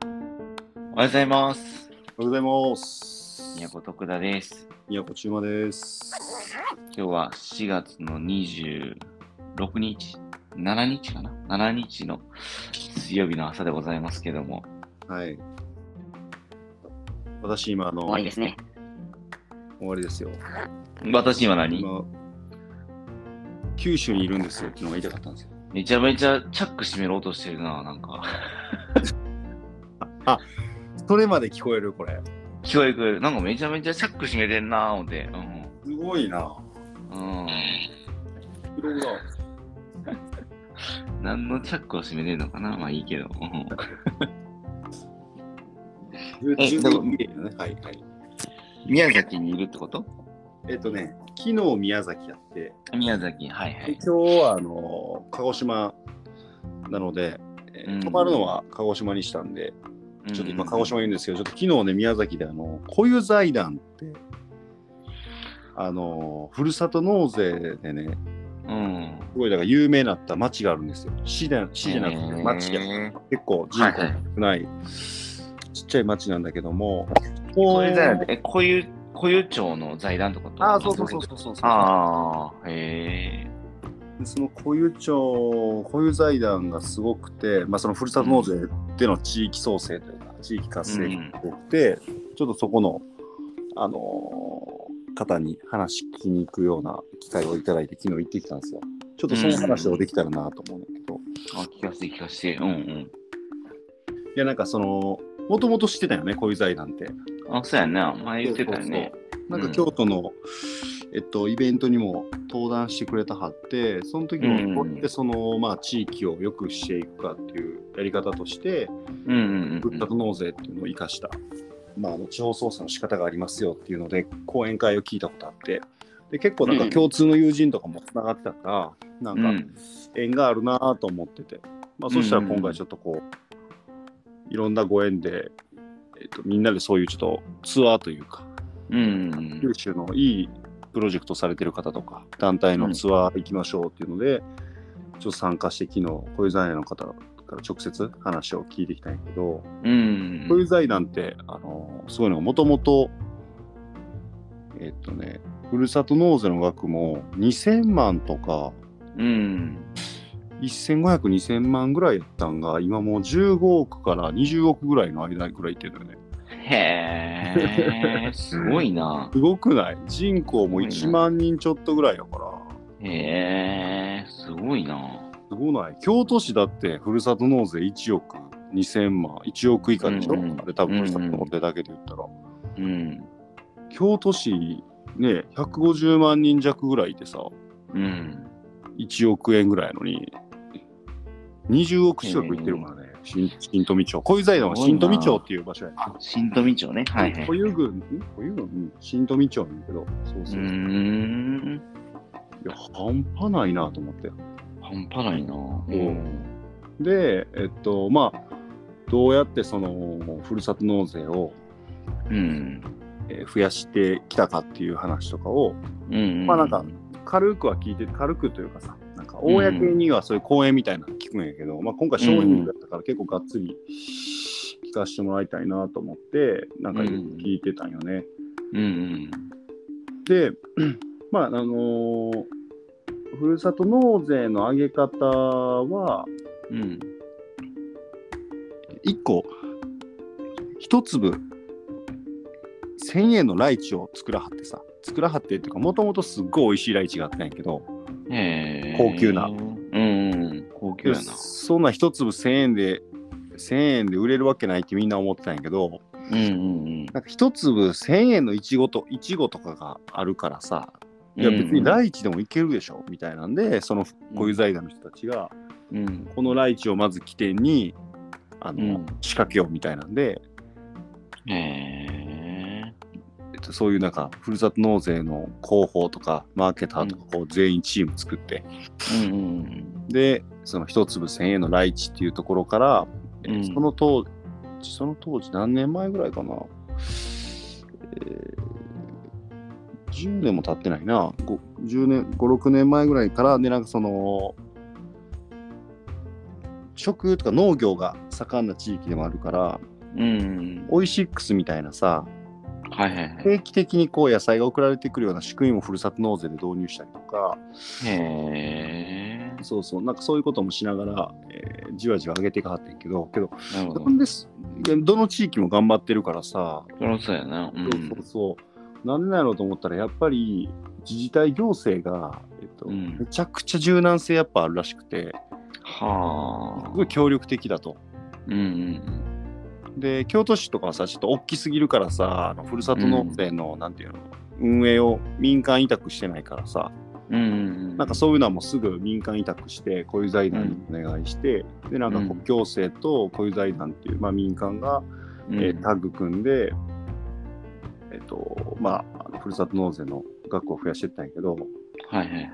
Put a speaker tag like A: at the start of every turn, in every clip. A: はようございます。
B: おはようございます。
A: 宮古徳田です。
B: 宮古中馬です。
A: 今日は4月の26日、7日かな ?7 日の水曜日の朝でございますけども。
B: はい。私今あの
C: 終わりですね。
B: 終わりですよ。
A: 私今何
B: 今九州にいるんですよっていうのが言いたかったんですよ。
A: めちゃめちゃチャック閉めろうとしてるな、なんか。
B: それまで聞こえるこれ。
A: 聞こえる聞こえる。なんかめちゃめちゃチャック閉めてんな、思って。うん。
B: すごい
A: う
B: な。いろいろだ。
A: ん。何のチャックを閉めてんのかなまあいいけど。うんえ
B: 十
A: でも
B: 分見てるよね。はいはい。
A: 宮崎にいるってこと
B: えっとね、昨日宮崎やって、
A: 宮崎、はいは
B: で
A: い。
B: 今日はあの鹿児島なので、え
A: うん
B: 泊まるのは鹿児島にしたんで、ちょっと今鹿児島にいるんですけど、ちょっと昨日ね、宮崎であの、小湯財団って、あの、ふるさと納税でね、
A: うん。
B: すごいだから有名になった町があるんですよ。市で市じゃなく
A: へ
B: て
A: ー
B: 町が結構人
A: はい
B: 口
A: はい。
B: 少ない、ちっちゃい町なんだけども、
A: これだよね。え、こういう、こういう町の財団とかと
B: ああ、そうそうそうそうそう
A: ああ、へえ。
B: でその小湯町、小湯財団がすごくて、まあ、そのふるさと納税での地域創生というか、地域活性が多くて、ちょっとそこの、あのー方に話聞きに行くような機会をいただいて、昨日行ってきたんですよ。ちょっとその話をできたらなと思うんだけど、
A: あ、聞
B: い
A: かせて聞かせて。うん
B: や、なんかその、もともと知ってたよね、小湯財団って。
A: うん。あ、そうやな。前言ってたよね。
B: なん
A: う
B: か
A: ん
B: 京都の、えっと、イベントにも登壇してくれたはってその時
A: うん
B: もこうやってその、まあ、地域を良くしていくかっていうやり方として
A: うんうん
B: ふ
A: う
B: る
A: ん
B: さと納税っていうのを生かした、まあ、あの地方創生の仕方がありますよっていうので講演会を聞いたことあってで結構なんか
A: うん
B: 共通の友人とかもつながってたから、
A: うん。
B: なんか縁があるなと思ってて、まあ、そしたら今回ちょっとこう、いろんなご縁で、えっと、みんなでそういうちょっとツアーというか
A: うんうん
B: 九州のいいプロジェクトされてる方とか団体のツアー行きましょうっていうので、ちょっと参加して昨日小遊財団の方から直接話を聞いてきたんやけど、
A: うん。うん
B: 小遊財団ってあのすごいのがもともとえっとねふるさと納税の額も2000万とか
A: うん。
B: 15002000万ぐらいやったんが今もう15億から20億ぐらいの間ぐらいいってるんだよね。
A: へえ、すごいな。
B: すごくない人口も
A: すご
B: 1
A: いな
B: 万人ちょっとぐらいだから。
A: へえ、すごいな。
B: すごない京都市だってふるさと納税1億2000万1億以下でしょ、
A: うんうん
B: あれ多分ふるさと納税だけで言ったら、
A: うん。
B: 京都市ね150万人弱ぐらいいてさ
A: うん。
B: 1億円ぐらいやのに20億近くいってるからね、新新富町小湯財団は新富町っていう場所やね
A: 新富町ね。はいはい。
B: 小
A: う
B: 湯郡ん小湯郡うん新富町なんだけどそうそう
A: ー
B: そう、い
A: ん。
B: や半端ないなと思って
A: 半端ないな。うん
B: でえっとまあどうやってそのふるさと納税を
A: うん。
B: えー増やしてきたかっていう話とかを
A: うん。
B: まあなんか軽くは聞いて軽くというかさなんか公にはそういう講演みたいなの聞くんやけど、まあ、今回商品だったから結構がっつり聞かせてもらいたいなと思ってなんか聞いてたんよね。
A: うん
B: で まああのーふるさと納税の上げ方は
A: うん。うん。
B: 1個1粒1000円のライチを作らはってさ作らはってっていうかもともとすっごい美味しいライチがあったんやけど
A: へえ
B: 高級な
A: うんうん。高級やな。
B: そんな一粒1000円で1000円で売れるわけないってみんな思ってたんやけど
A: うんうん
B: なんか一粒1000円のいちごといちごとかがあるからさ
A: うん。
B: いや別にライチでもいけるでしょみたいなんでそのこういう財団の人たちが
A: うん。
B: このライチをまず起点にあの、
A: うん
B: 仕掛けようみたいなんで、
A: へえ。
B: えっと、そういうなんかふるさと納税の広報とかマーケターとかこう全員チーム作って、
A: うんうん
B: でその一粒1000円のライチっていうところから、えー
A: うん
B: その当時その当時何年前ぐらいかな、えー10年も経ってないなご10年56年前ぐらいからでなんかその食とか農業が盛んな地域でもあるから
A: うん。
B: オイシックスみたいなさ、
A: はいはいはい。
B: 定期的にこう野菜が送られてくるような仕組みもふるさと納税で導入したりとか、
A: へえ。
B: そうそう、なんかそういうこともしながら、えーじわじわ上げていかはってんけど、けど、
A: なるほど
B: な。んです、いやどの地域も頑張ってるからさ、
A: そりゃそうやな。うん。
B: そうそうそう、なんでなのと思ったら、やっぱり自治体行政が、えっと
A: うん
B: めちゃくちゃ柔軟性やっぱあるらしくて、
A: はあ
B: す。ごい協力的だと。
A: うんうん
B: で京都市とかはさちょっと大きすぎるからさあのふるさと納税の、なんていうの運営を民間委託してないからさ、
A: うん。うんうんうん。
B: なんかそういうのはもうすぐ民間委託してこういう財団にお願いして、でなんかこう
A: うん
B: 行政とこういう財団っていう、まあ、民間が、
A: う
B: えー
A: ん
B: タッグ組んで、えっとまああのふるさと納税の額を増やしてったんやけど
A: はいはいはい。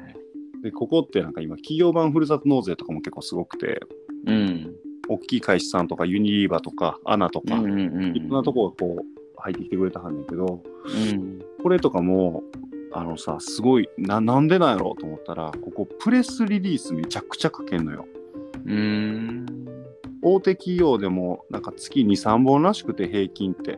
B: でここってなんか今企業版ふるさと納税とかも結構すごくて
A: うん。
B: 大きい会社さんとかユニリーバとかアナと
A: う
B: か、
A: んうんうん。
B: いろんなとこがこう入ってきてくれたはんねんけど。
A: うん。
B: これとかもあのさすごいななんでなんやろうと思ったらここプレスリリースめちゃくちゃ書けんのよ
A: うーん。
B: 大手企業でもなんか月23本らしくて平均って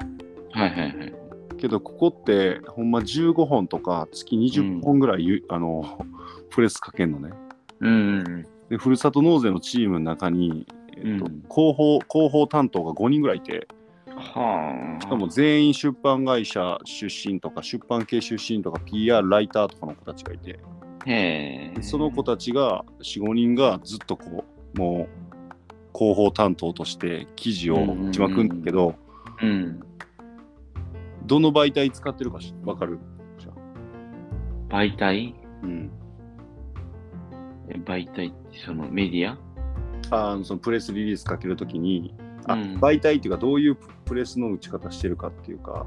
A: はいはいはい。
B: けどここってほんま15本とか月20本ぐらいゆ、あのプレス書けんのね
A: うんうん
B: でふるさと納税のチームの中に、えっと
A: うん
B: 広報広報担当が5人ぐらいいて
A: うん。はあ。
B: しかも全員出版会社出身とか出版系出身とか PR ライターとかの子たちがいて
A: へえ。
B: でその子たちが45人がずっとこうもう広報担当として記事を打ちまくんだけど、
A: うん。
B: どの媒体使ってるかしわかる、
A: 媒体
B: うん、
A: え媒体ってそのメディア
B: あのそのプレスリリースかけるときにあ、
A: うん
B: 媒体っていうかどういうプレスの打ち方してるかっていうか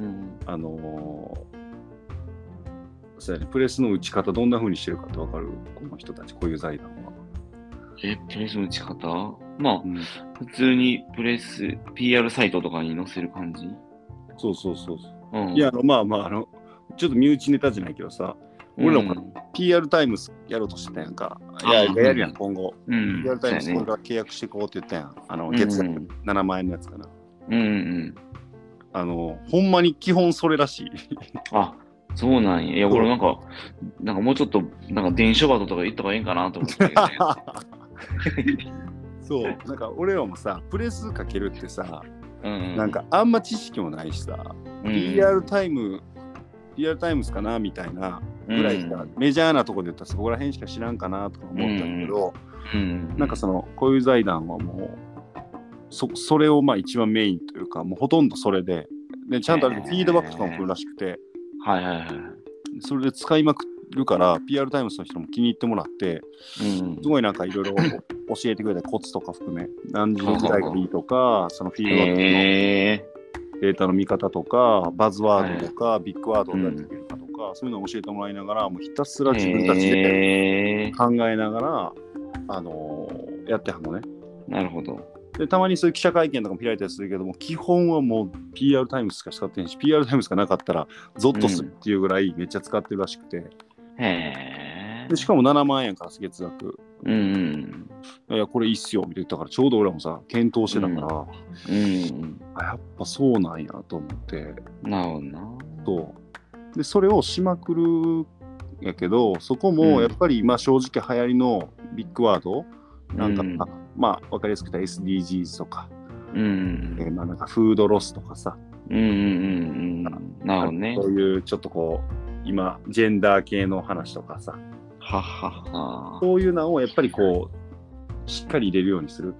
A: うん。
B: あのーそうやね、プレスの打ち方どんな風にしてるかってわかるこの人たちこういう財団は、
A: え、プレスの打ち方ま
B: うん
A: あ、普通にプレス、PR サイトとかに載せる感じ
B: そうそうそうそう
A: うん。
B: いやあのまあまああのちょっと身内ネタじゃないけどさ俺らも
A: うん
B: PR タイムスやろうとしてたやんか。
A: あ
B: いや、
A: うん
B: やるやん、今後。
A: うん。
B: PR タイムス
A: そうや
B: 俺
A: ね
B: が契約していこうって言ったやん。あの、
A: うん
B: 月額7万円のやつかな。
A: うんうん。
B: あの、ほんまに基本それらしい。
A: あ、そうなんや。いや、
B: そう
A: 俺なんか、なんかもうちょっと、なんか電書バトとか言った方がいいんかなと思 って、ね。
B: そう、なんか俺らもさ、プレスかけるってさ、
A: うん。
B: なんかあんま知識もないしさ、
A: うん、
B: PR タイム、PR タイムスかなみたいなぐらいしか、メジャーなとこで言ったらそこら辺しか知らんかなとか思ったんだけど、
A: うん。
B: なんかその、こういう財団はもう、そそれをまあ一番メインというか、もうほとんどそれで、でちゃんとあれ
A: へ
B: フ
A: ー
B: ィードバックとかも来るらしくて、
A: はいはいはい。
B: それで使いまくるから、PR タイムズの人も気に入ってもらって、
A: うん
B: す。ごいなんかいろいろ教えてくれたコツとか含め、何時ぐらいがいいとか、そのフィードバックの
A: へえ
B: データの見方とか、バズワードとか、ビッグワードをどうやって見るかとか、そういうのを教えてもらいながら、もうひたすら
A: ー。
B: 自分たちで
A: へえ
B: 考えながら、あのーやってはんのね。
A: なるほど。
B: でたまにそういう記者会見とかも開いたりするけども基本はもう PR タイムスしか使ってへんし PR タイムスがなかったらゾッとするっていうぐらいめっちゃ使ってるらしくて、
A: へえ
B: でしかも7万円やから月額
A: うんうん。
B: いやこれいいっすよみたいな言ったからちょうど俺らもさ検討してたから、
A: うん。
B: あやっぱそうなんやと思って
A: なるほどな。
B: そうでそれをしまくるんやけどそこもやっぱり今正直流行りのビッグワード、なんか、
A: うん
B: まあ分かりやすく言ったら SDGs とか、
A: うん
B: えーまあなんかフードロスとかさ
A: うんうんうんうん。なるほどね
B: そ。ういうちょっとこう今ジェンダー系の話とかさ
A: はっはっは。
B: そういうのをやっぱりこうしっかり入れるようにする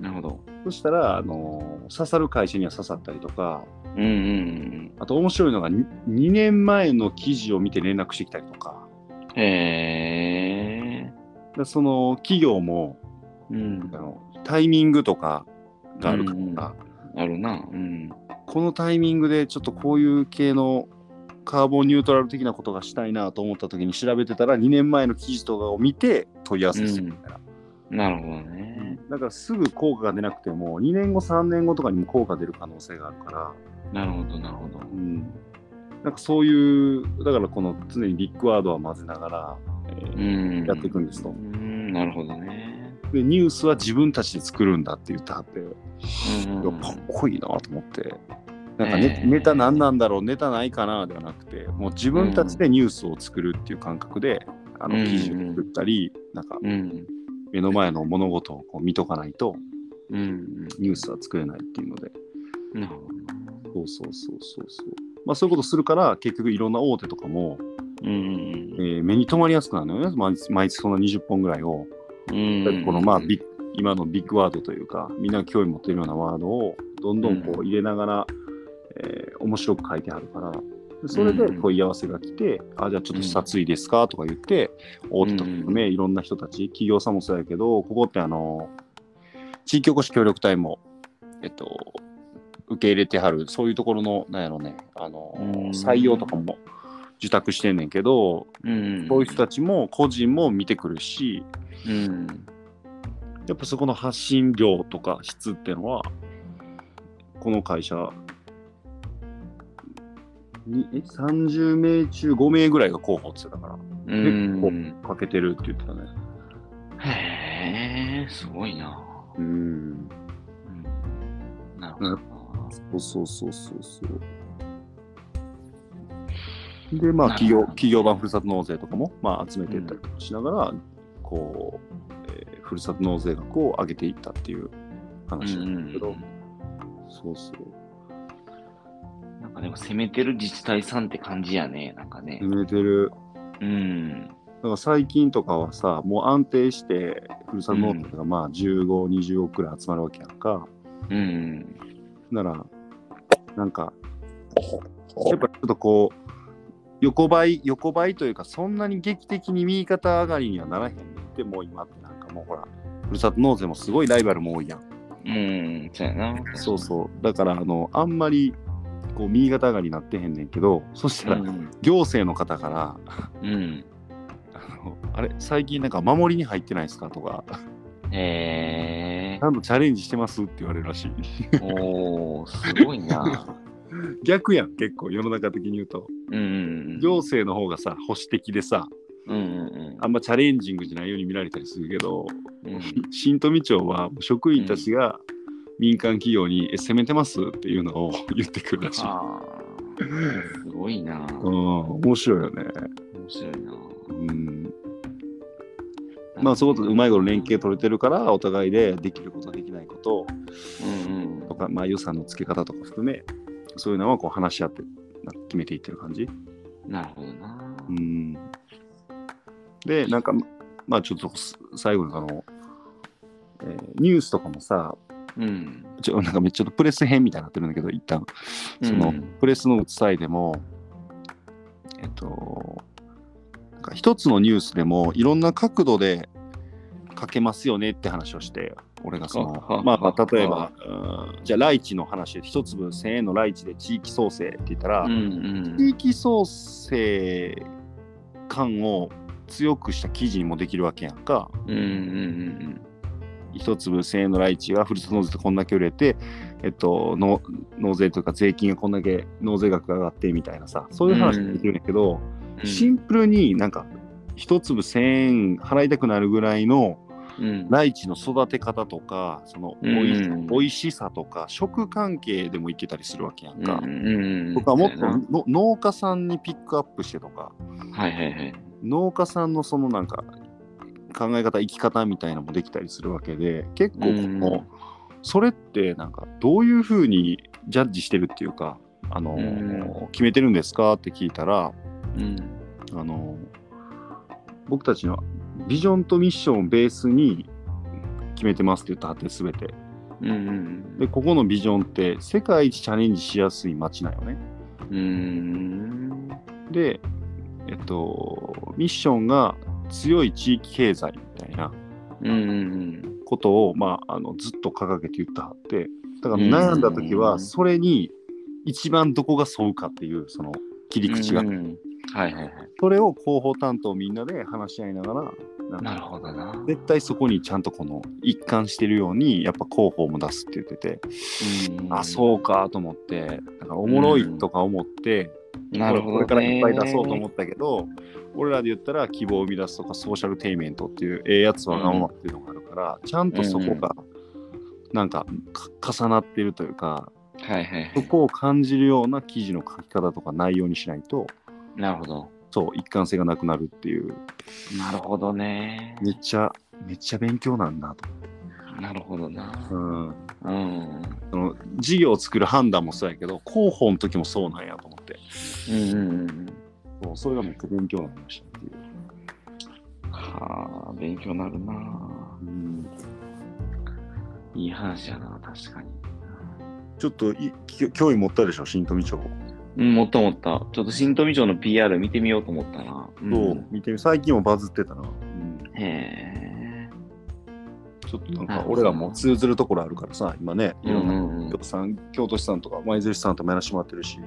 A: なるほど。
B: そしたら、あのー刺さる会社には刺さったりとか
A: うんうん
B: あと面白いのが 2, 2年前の記事を見て連絡してきたりとか
A: うん。へえ
B: でその企業も
A: うん
B: あ。のタイミングとかがあるから、
A: あるな。うん。
B: このタイミングでちょっとこういう系のカーボンニュートラル的なことがしたいなと思った時に調べてたら2年前の記事とかを見て問い合わせするみたいな。
A: なるほどね。
B: だからすぐ効果が出なくても2年後3年後とかにも効果出る可能性があるから、
A: なるほど、なるほど。
B: うん、なんかそういうだからこの常にビッグワードは混ぜながら、えー
A: うん。
B: やっていくんですと
A: うん、なるほどね。
B: でニュースは自分たちで作るんだって言ってはって、
A: うん
B: いやかっこいいなと思って。なんかね
A: えー
B: ネタ何なんだろうネタないかなではなくてもう自分たちでニュースを作るっていう感覚で、あ
A: うん
B: の記事を作ったり、なんか
A: うん
B: 目の前の物事をこう見とかないと
A: うんうん
B: ニュースは作れないっていうので
A: なるほど
B: そうそうそうそうそうまあそういうことするから結局いろんな大手とかも、
A: うん
B: えー目に留まりやすくなるのよね毎日毎日そんな20本ぐらいを、
A: うん
B: このまあビッ今のビッグワードというかみんなが興味持ってるようなワードをどんどんこ
A: う
B: う入れながら、えー面白く書いてあるからでそれで
A: うん
B: 問い合わせが来て、あじゃあちょっと視察いいですかとか言って大手とかね、いろんな人たち企業さんもそうやけどここってあの地域おこし協力隊もえっと受け入れてはるそういうところのなんやろねあの、
A: うん
B: 採用とかも受託してんねんけど、
A: うん
B: そういう人たちも個人も見てくるし、
A: うん
B: やっぱそこの発信量とか質っていうのは、この会社に、え30名中5名ぐらいが候補って言ってたか
A: うん
B: 結ら、かけてるって言ってたね。
A: へえすごいな
B: う
A: う
B: ん。
A: んなるほどな
B: そうそうそうそうそう。で、まあ、企業、企業版ふるさと納税とかも、まあ、集めていったりとかしながら、こう、えーふるさと納税額を上げていったっていう話なんだけど、そうそう。
A: なんかでも攻めてる自治体さんって感じやねなんかね
B: 埋めてる。
A: うん
B: だから最近とかはさ、もう安定して、ふるさと納税がまあ15、20億くらい集まるわけやんか。
A: うん
B: なら、なんか、やっぱちょっとこう、横ばい、横ばいというか、そんなに劇的に右肩上がりにはならへんでもう今ってなんかもうほら、ふるさと納税もすごいライバルも多いやん。
A: うんそうやな
B: そうそう。だから、あの、あんまり、こう、右肩上がりになってへんねんけど、そしたら、
A: ん
B: 行政の方から、
A: うん
B: あのあれ、最近なんか守りに入ってないですかとか、
A: へえ
B: ちゃんとチャレンジしてますって言われるらしい。
A: おーすごいな
B: 逆やん、結構世の中的に言うと。
A: うん
B: 行政の方がさ、保守的でさ、
A: うんうん
B: あんまチャレンジングじゃないように見られたりするけど、
A: うんうん
B: 新富町は職員たちが民間企業に、え攻めてますっていうのを 言ってくるらしい。
A: あーすごいな
B: うん、面白いよね。
A: 面白いな
B: うん。まあ、そういうことでうまいこと連携取れてるから、お互いでできること、できないこと
A: うんうん
B: とか、まあ、予算の付け方とか含め、そういうのはこう話し合って、なんか決めていってる感じ。
A: なるほどな
B: うんで、なんか、まあちょっとす最後にあの、えーニュースとかもさ、
A: うん
B: ちょなんかめっちゃプレス編みたいになってるんだけど、一旦、その、
A: うん
B: プレスの打つ際でも、えっと、なんか一つのニュースでもいろんな角度で書けますよねって話をして、俺がそ
A: はは
B: の、ま
A: は
B: あ例えば、うんじゃあ、ライチの話で、一粒1000円のライチで地域創生って言ったら、
A: うんうん
B: 地域創生感を強くした記事にもできるわけやんか
A: うんうん
B: 一粒1000円のライチがふるさと納税ってこんだけ売れて、えっと、の納税というか税金がこんだけ納税額が上がってみたいなさそういう話もできるんやけど、
A: うん
B: シンプルになんか一粒1000円払いたくなるぐらいの
A: うん
B: ライチの育て方とかそのおい,、
A: うん
B: おいしさとか食関係でもいけたりするわけやんか。
A: うんうんうん
B: とかもっと
A: そうやな
B: の農家さんにピックアップしてとか
A: はいはいはい
B: 農家さんのそのなんか考え方生き方みたいなのもできたりするわけで結構この、
A: うん
B: それってなんかどういうふうにジャッジしてるっていうか、あの
A: うん
B: 決めてるんですかって聞いたら、
A: うん
B: あの僕たちのビジョンとミッションをベースに決めてますって言ったはって全て
A: うんうん
B: でここのビジョンって世界一チャレンジしやすい街なんよね
A: うん
B: で、えっと、ミッションが強い地域経済みたいな
A: うんうん
B: ことを、まあ、あのずっと掲げて言ったはってだから
A: うん
B: 悩んだ時はそれに一番どこが沿うかっていうその切り口が、
A: うんうんはいはいはい
B: それを広報担当みんなで話し合いながらなん
A: なる
B: か
A: ほどな
B: 絶対そこにちゃんとこの一貫してるようにやっぱ広報も出すって言ってて、あ
A: う
B: そうかと思ってだからおもろいとか思って、
A: なるほどね
B: これからいっぱい出そうと思ったけど、俺らで言ったら希望を生み出すとかソーシャルテイメントっていうええやつはがんわっていうのがあるから、ちゃんとそこがなんかか重なってるというか、
A: はいはい
B: そこを感じるような記事の書き方とか内容にしないと、
A: なるほど
B: そう、一貫性がなくなるっていう、
A: なるほどね
B: めっちゃ、めっちゃ勉強なんだと。
A: なるほどな
B: うん、
A: うん
B: その事業を作る判断もそうやけど、広報の時もそうなんやと思って、
A: うんうんうん
B: そうそれがめっちゃ勉強になりましたっていう。
A: はあ勉強になるな
B: うん
A: いい話やな確かに
B: ちょっといき興味持ったでしょ、新富町。
A: うん、もったもった。ちょっと新富町の PR 見てみようと思ったな。うん
B: どう見てみ最近もバズってたな、うん、
A: へ
B: ちょっとなんか俺らも通ずるところあるからさ今ね
A: え。
B: いろんな、
A: うんうん
B: 京都さん京都市さんとか舞鶴市さんともやらしてもらってるし、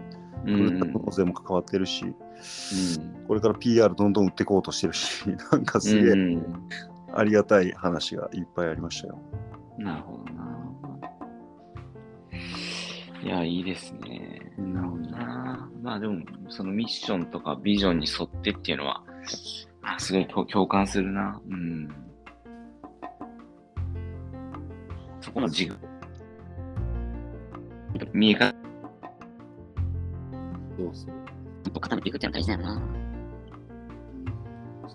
A: う
B: ふ
A: んう
B: る
A: ん
B: さと納税も関わってるし、これから PR どんどん売っていこうとしてるし なんかす
A: う
B: げえ
A: ん
B: ありがたい話がいっぱいありましたよ。
A: なるほどな。いや、いいですね。
B: うん
A: なるほどな。まあでも、そのミッションとかビジョンに沿ってっていうのは、あすごい共共感するな。うん。そこの軸。見え方
B: そうそう
C: 一歩傾けていくっていうのは大事だよな。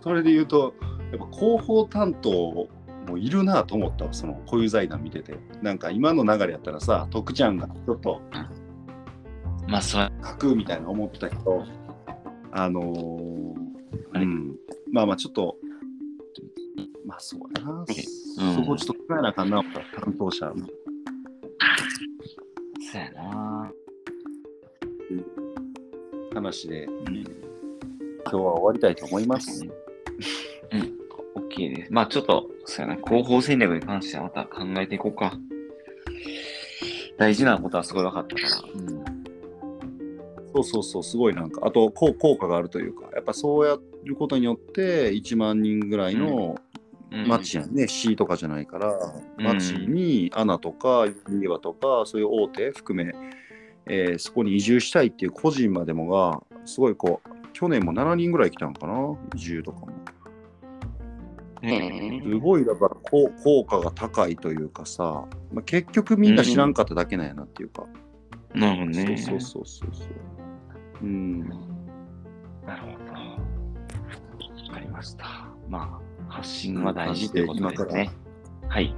B: それで言うとやっぱ広報担当もいるなと思ったわそのこういう財団見ててなんか今の流れやったらさ徳ちゃんがちょっと
A: まあ、それ
B: 書くみたいな思ってたけどあのー
A: あれ
B: うん、まあまあちょっとまあそうやな、
A: うん
B: そこちょっと考えなあかんな思った担当者
A: そうやな。
B: 話で
A: うん
B: 今日は終わりたいと思います。
A: うん。OK です。まあちょっと、そうやな、広報戦略に関してはまた考えていこうか。大事なことはすごい分かったから。うん。
B: そうそうそうすごいなんかあと効効果があるというかやっぱそうやることによって1万人ぐらいの
A: うん
B: 町やね、市とかじゃないから町にアナとかユニバとかそういう大手含め、えーそこに移住したいっていう個人までもがすごいこう去年も7人ぐらい来たんかな移住とかも
A: へえ
B: すごいだからこう効果が高いというかさ、まあ、結局みんな知らんかっただけなんやなっていうか、
A: なるほどね。
B: そうそうそうそうそううん
A: なるほど。わかりました。まあ、発信は大事ということですね。はい。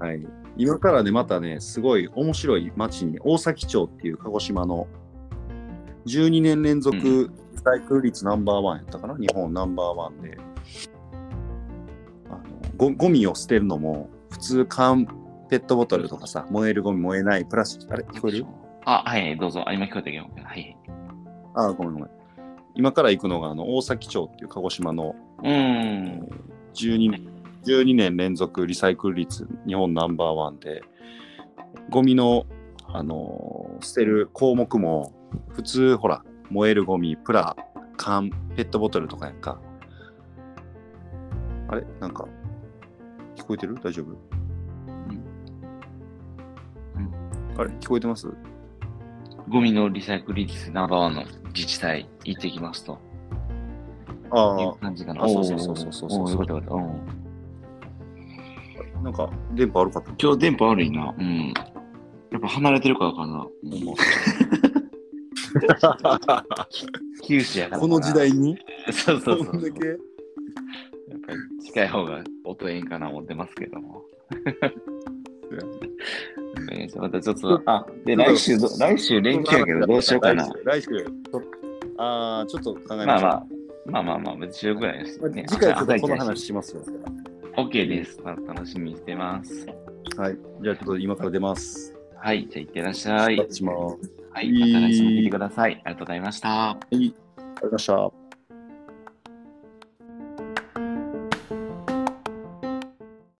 B: はい、今からねまたねすごい面白い町に大崎町っていう鹿児島の12年連
A: う
B: 続リサイクル率ナンバーワンやったかな、日本ナンバーワンであのごゴミを捨てるのも普通缶ペットボトルとかさ燃えるゴミ燃えないプラスチックあれ聞こえる
A: あ、はい、どうぞ。あ、今聞こえたけど。はい。
B: あごめんごめん今から行くのがあの大崎町っていう鹿児島の
A: うーん。
B: 12年 ,12 年連続リサイクル率日本ナンバーワンでゴミの、あのー捨てる項目も普通ほら燃えるゴミプラ缶ペットボトルとかやんかあれなんか聞こえてる大丈夫、
A: うん
B: あれ聞こえてます
A: ゴミのリサイクル率ナンバーワンの自治体行ってきますと
B: あ
A: いう感じかな。
B: あそうそうそうそうそうそう
A: おーおーよかったよかったうん
B: あなんか電波悪かった
A: 今日電波悪いな。うん。やっぱ離れてるからかな。 うん九州やからか
B: こ
A: な
B: の時。代に
A: そうそうそう。
B: こんだけ
A: やっぱり近い方が音ええんかな思ってますけど も。えーまたちょっと、あ、で、来週ど、来週連休やけどどうしようかな。
B: 来週。来週ちょっとああ、ちょっと考えましょう。
A: まあまあ、まあまあまあ、別に収録ぐらいです
B: まあ
A: ね。
B: 次回ちょっとこ
A: 朝
B: の
A: 一だし。
B: 話しますよ。
A: OK です。まあ楽しみにしてます。
B: はい。じゃあちょっと今から出ます。
A: はい、じゃあ行ってらっしゃい。
B: 出発します。ありがとう
A: はい、また来週も聞いてください。ありがとうございました。
B: ございました。